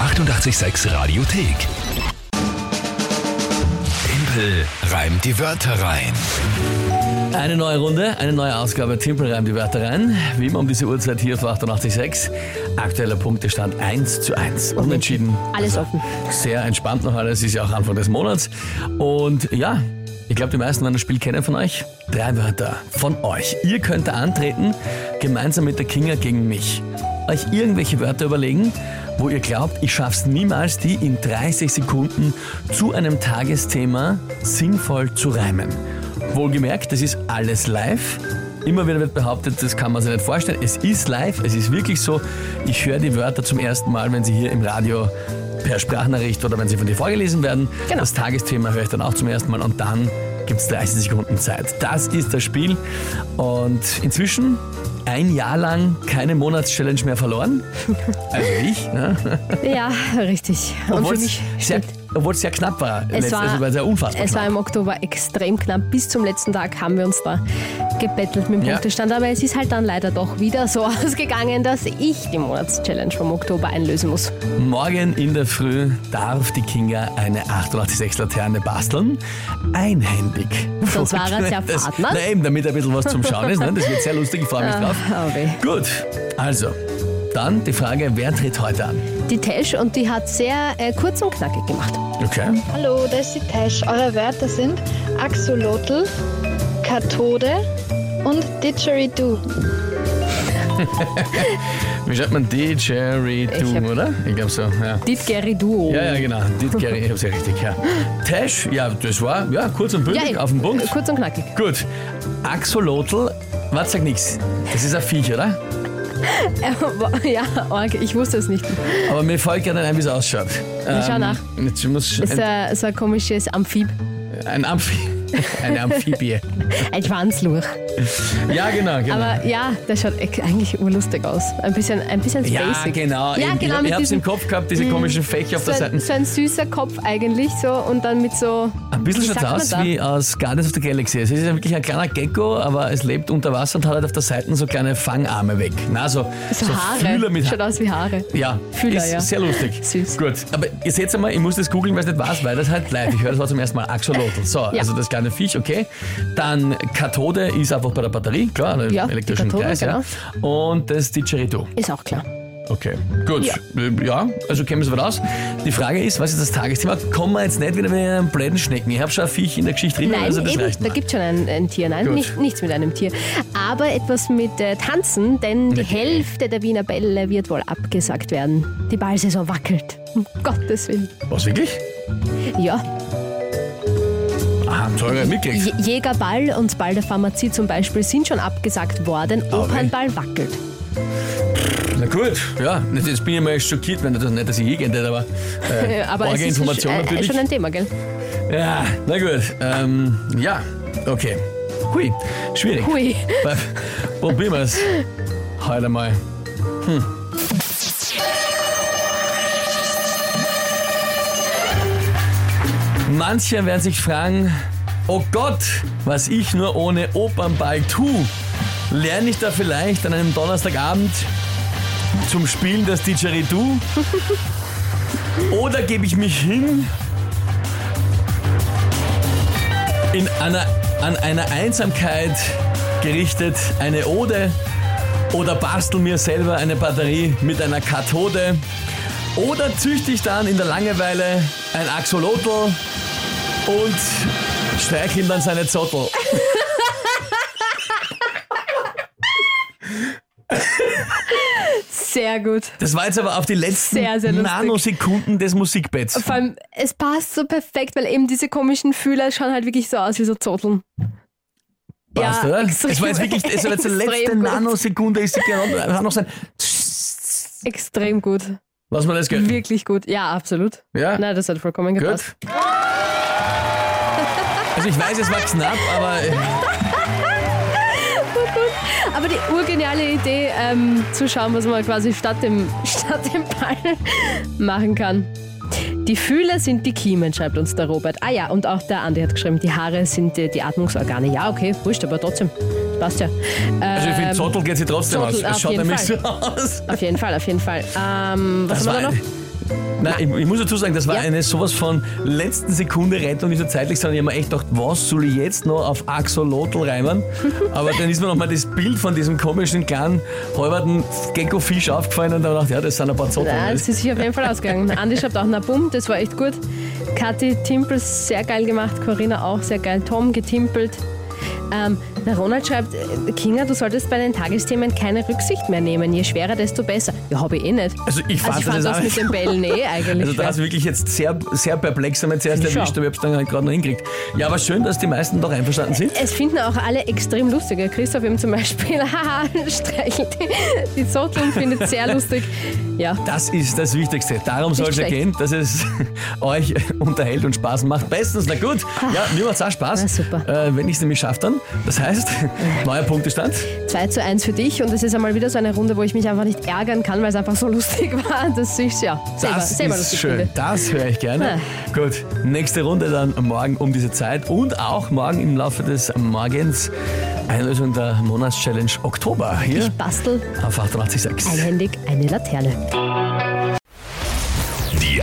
886 Radiothek. Tempel reimt die Wörter rein. Eine neue Runde, eine neue Ausgabe. Timpel reimt die Wörter rein. Wie immer um diese Uhrzeit hier auf 88.6. Aktueller Punktestand 1 zu 1. Unentschieden. Also Alles offen. Sehr entspannt noch alles. Ist ja auch Anfang des Monats. Und ja, ich glaube, die meisten werden das Spiel kennen von euch. Drei Wörter von euch. Ihr könnt da antreten, gemeinsam mit der Kinga gegen mich. Euch irgendwelche Wörter überlegen, wo ihr glaubt, ich schaff's niemals, die in 30 Sekunden zu einem Tagesthema sinnvoll zu reimen. Wohlgemerkt, das ist alles live. Immer wieder wird behauptet, das kann man sich nicht vorstellen. Es ist live, es ist wirklich so. Ich höre die Wörter zum ersten Mal, wenn sie hier im Radio per Sprachnachricht oder wenn sie von dir vorgelesen werden. Genau. Das Tagesthema höre ich dann auch zum ersten Mal und dann gibt es 30 Sekunden Zeit. Das ist das Spiel. Und inzwischen ein Jahr lang keine Monatschallenge mehr verloren. Also ich. Ne? Ja, richtig. Und für Obwohl mich es sehr, stimmt. obwohl's sehr knapp war. Es war, also war sehr unfassbar es knapp. war im Oktober extrem knapp. Bis zum letzten Tag haben wir uns da gebettelt mit dem Ja. Punktestand. Aber es ist halt dann leider doch wieder so ausgegangen, dass ich die Monatschallenge vom Oktober einlösen muss. Morgen in der Früh darf die Kinga eine 886-Laterne basteln. Einhändig. Sonst war er sehr Das- fad, ne? Na eben, damit ein bisschen was zum Schauen ist. Ne? Das wird sehr lustig, ich freue mich drauf. Ah, oh weh. Gut, also, dann die Frage, wer tritt heute an? Die Tesh und die hat sehr äh, kurz und knackig gemacht. Okay. Hallo, das ist die Tesch. Eure Wörter sind Axolotl, Kathode und Didgeridoo. Wie schreibt man Ich hab- Didgeridoo, oder? Ich glaube so, ja. Dit Gary Duo. Ja, ja, genau. Didgeridoo, ich hab's ja richtig, ja. Tash, ja, das war, ja, kurz und Ja, bündig, eh, auf den Punkt. Kurz und knackig. Gut. Axolotl, was sagt nix? Das ist ein Viech, oder? ja, arg, ich wusste es nicht. Aber mir fällt gerade ein, wie es ausschaut. Ähm, schau nach. Jetzt muss Es ist ein, äh, so ein komisches Amphib. ein Amphi eine Amphibie. Ein Schwanzluch. ja, genau, genau. Aber ja, das schaut e- eigentlich urlustig aus. Ein bisschen, ein bisschen ja, basic. genau. Ja, Ich- Ich, genau. ich mit hab's im diesem, Mm. Kopf gehabt, diese komischen Fächer auf so, der ein, Seite. so ein süßer Kopf eigentlich so und dann mit so. Ein bisschen wie schaut's sagt man aus da? wie aus Guardians of the Galaxy. Es ist ja wirklich ein kleiner Gecko, aber es lebt unter Wasser und hat halt auf der Seite so kleine Fangarme weg. Na, so, So, Haare. Fühler mit schaut aus wie Haare. Ja, Fühler, ist ja. sehr lustig. Süß. Gut, aber ihr seht einmal, ich muss das googeln, weil es nicht was, weil das halt live. Ich höre das war zum ersten Mal Axolotl. So, also das kleine Viech, okay. Dann Kathode ist einfach bei der Batterie, klar, an Ja, ja, die elektrischen Kathode, genau. Kreis, ja. Und das Didgeridoo. Ist auch klar. Okay, gut. Ja, ja also kämen wir weit aus. Die Frage ist, was ist das Tagesthema? Kommen wir jetzt nicht wieder mit einem blöden Schnecken. Ich habe schon ein Viech in der Geschichte drin, Nein, also das eben, reicht da mir. gibt schon ein, ein Tier. Nein, Gut. nicht, nichts mit einem Tier. Aber etwas mit äh, Tanzen, denn die Hälfte der Wiener Bälle wird wohl abgesagt werden. Die Ballsaison wackelt. Um Gottes Willen. Was, wirklich? Ja, Ah, sorry, ich mitgekriegt. J Jägerball und Ball der Pharmazie zum Beispiel sind schon abgesagt worden. Aber- Opernball wackelt. Na gut, ja. Jetzt bin ich mal schockiert, wenn du das nicht, dass ich je gehen tät, aber... Äh, Aber es arge ist Information schon, äh, natürlich. schon ein Thema, gell? Ja, na gut. Ähm, ja, okay. Hui, schwierig. Hui. Weil- Probieren wir es heute mal. Hm. Manche werden sich fragen, oh Gott, was ich nur ohne Opernball tu. Lerne ich da vielleicht an einem Donnerstagabend zum Spielen das Didgeridoo? Oder gebe ich mich hin in einer, an einer Einsamkeit gerichtet eine Ode oder bastel mir selber eine Batterie mit einer Kathode oder züchte ich dann in der Langeweile ein Axolotl und streich ihm dann seine Zottel. Sehr gut. Das war jetzt aber auf die letzten Sehr, sehr lustig. Nanosekunden des Musikbetts. Vor allem, es passt so perfekt, weil eben diese komischen Fühler schauen halt wirklich so aus wie so Zoteln. Passt, oder? extrem- Es war jetzt wirklich, es war jetzt die letzte extrem gut. Nanosekunde, ist sie genau, es hat noch sein, Extrem gut. lass mal das gehört. Wirklich gut. Ja, absolut. Ja. Nein, das hat vollkommen gepasst. Gut. Also ich weiß, es war knapp, aber äh, Aber die urgeniale Idee, ähm, zu schauen, was man quasi statt dem, statt dem Ball machen kann. Die Fühler sind die Kiemen, schreibt uns der Robert. Ah ja, und auch der Andi hat geschrieben, die Haare sind die, die Atmungsorgane. Ja, okay, wurscht, aber trotzdem. Passt ja. also ich finde, Ähm, Zottel geht sie trotzdem Zottel, aus. auf Es schaut jeden nämlich so aus. Auf jeden Fall, auf jeden Fall. Ähm, was Das haben wir war, da noch? Nein, ich, ich muss dazu sagen, das war Ja. eine sowas von letzten Sekunde Rettung, nicht so zeitlich, sondern ich habe mir echt gedacht, was soll ich jetzt noch auf Axolotl reimen? Aber dann ist mir nochmal das Bild von diesem komischen kleinen halberten Gecko-Fisch aufgefallen und dann dachte ich, ja, das sind ein paar Also Zotteln. Nein, Das- es ist sich auf jeden Fall ausgegangen. Andi schreibt auch, na bumm, das war echt gut. Kathi Timpel, sehr geil gemacht. Corinna auch sehr geil. Tom getimpelt. Ähm, der Ronald schreibt, äh, Kinga, du solltest bei den Tagesthemen keine Rücksicht mehr nehmen. Je schwerer, desto besser. Ja, habe ich eh nicht. Also ich fand also ich das fand das, auch- mit den Bällen eh eigentlich Also da schwer. ist wirklich jetzt sehr, sehr perplex, haben wir zuerst Schon. erwischt, aber ich habe es dann halt gerade noch hinkriegt. Ja, aber schön, dass die meisten doch einverstanden sind. Es finden auch alle extrem lustig. Der Christoph eben zum Beispiel, haha, streichelt die- die Zotteln, findet es sehr lustig. Ja, Das ist das Wichtigste. Darum soll es ja schlecht. gehen, dass es euch unterhält und Spaß macht. Bestens, na gut. Ja, mir macht es auch Spaß. Ah. Na, super. Äh, wenn ich es nämlich schaffe dann. Das heißt, neuer Punktestand. 2 zu 1 für dich und es ist einmal wieder so eine Runde, wo ich mich einfach nicht ärgern kann, weil es einfach so lustig war, dass ich ja selber, Das selber ist lustig schön. finde. Ah. Das höre ich gerne. Gut, nächste Runde dann morgen um diese Zeit und auch morgen im Laufe des Morgens Einlösung der Monatschallenge Oktober hier Bastel auf 886. einhändig eine Laterne. Die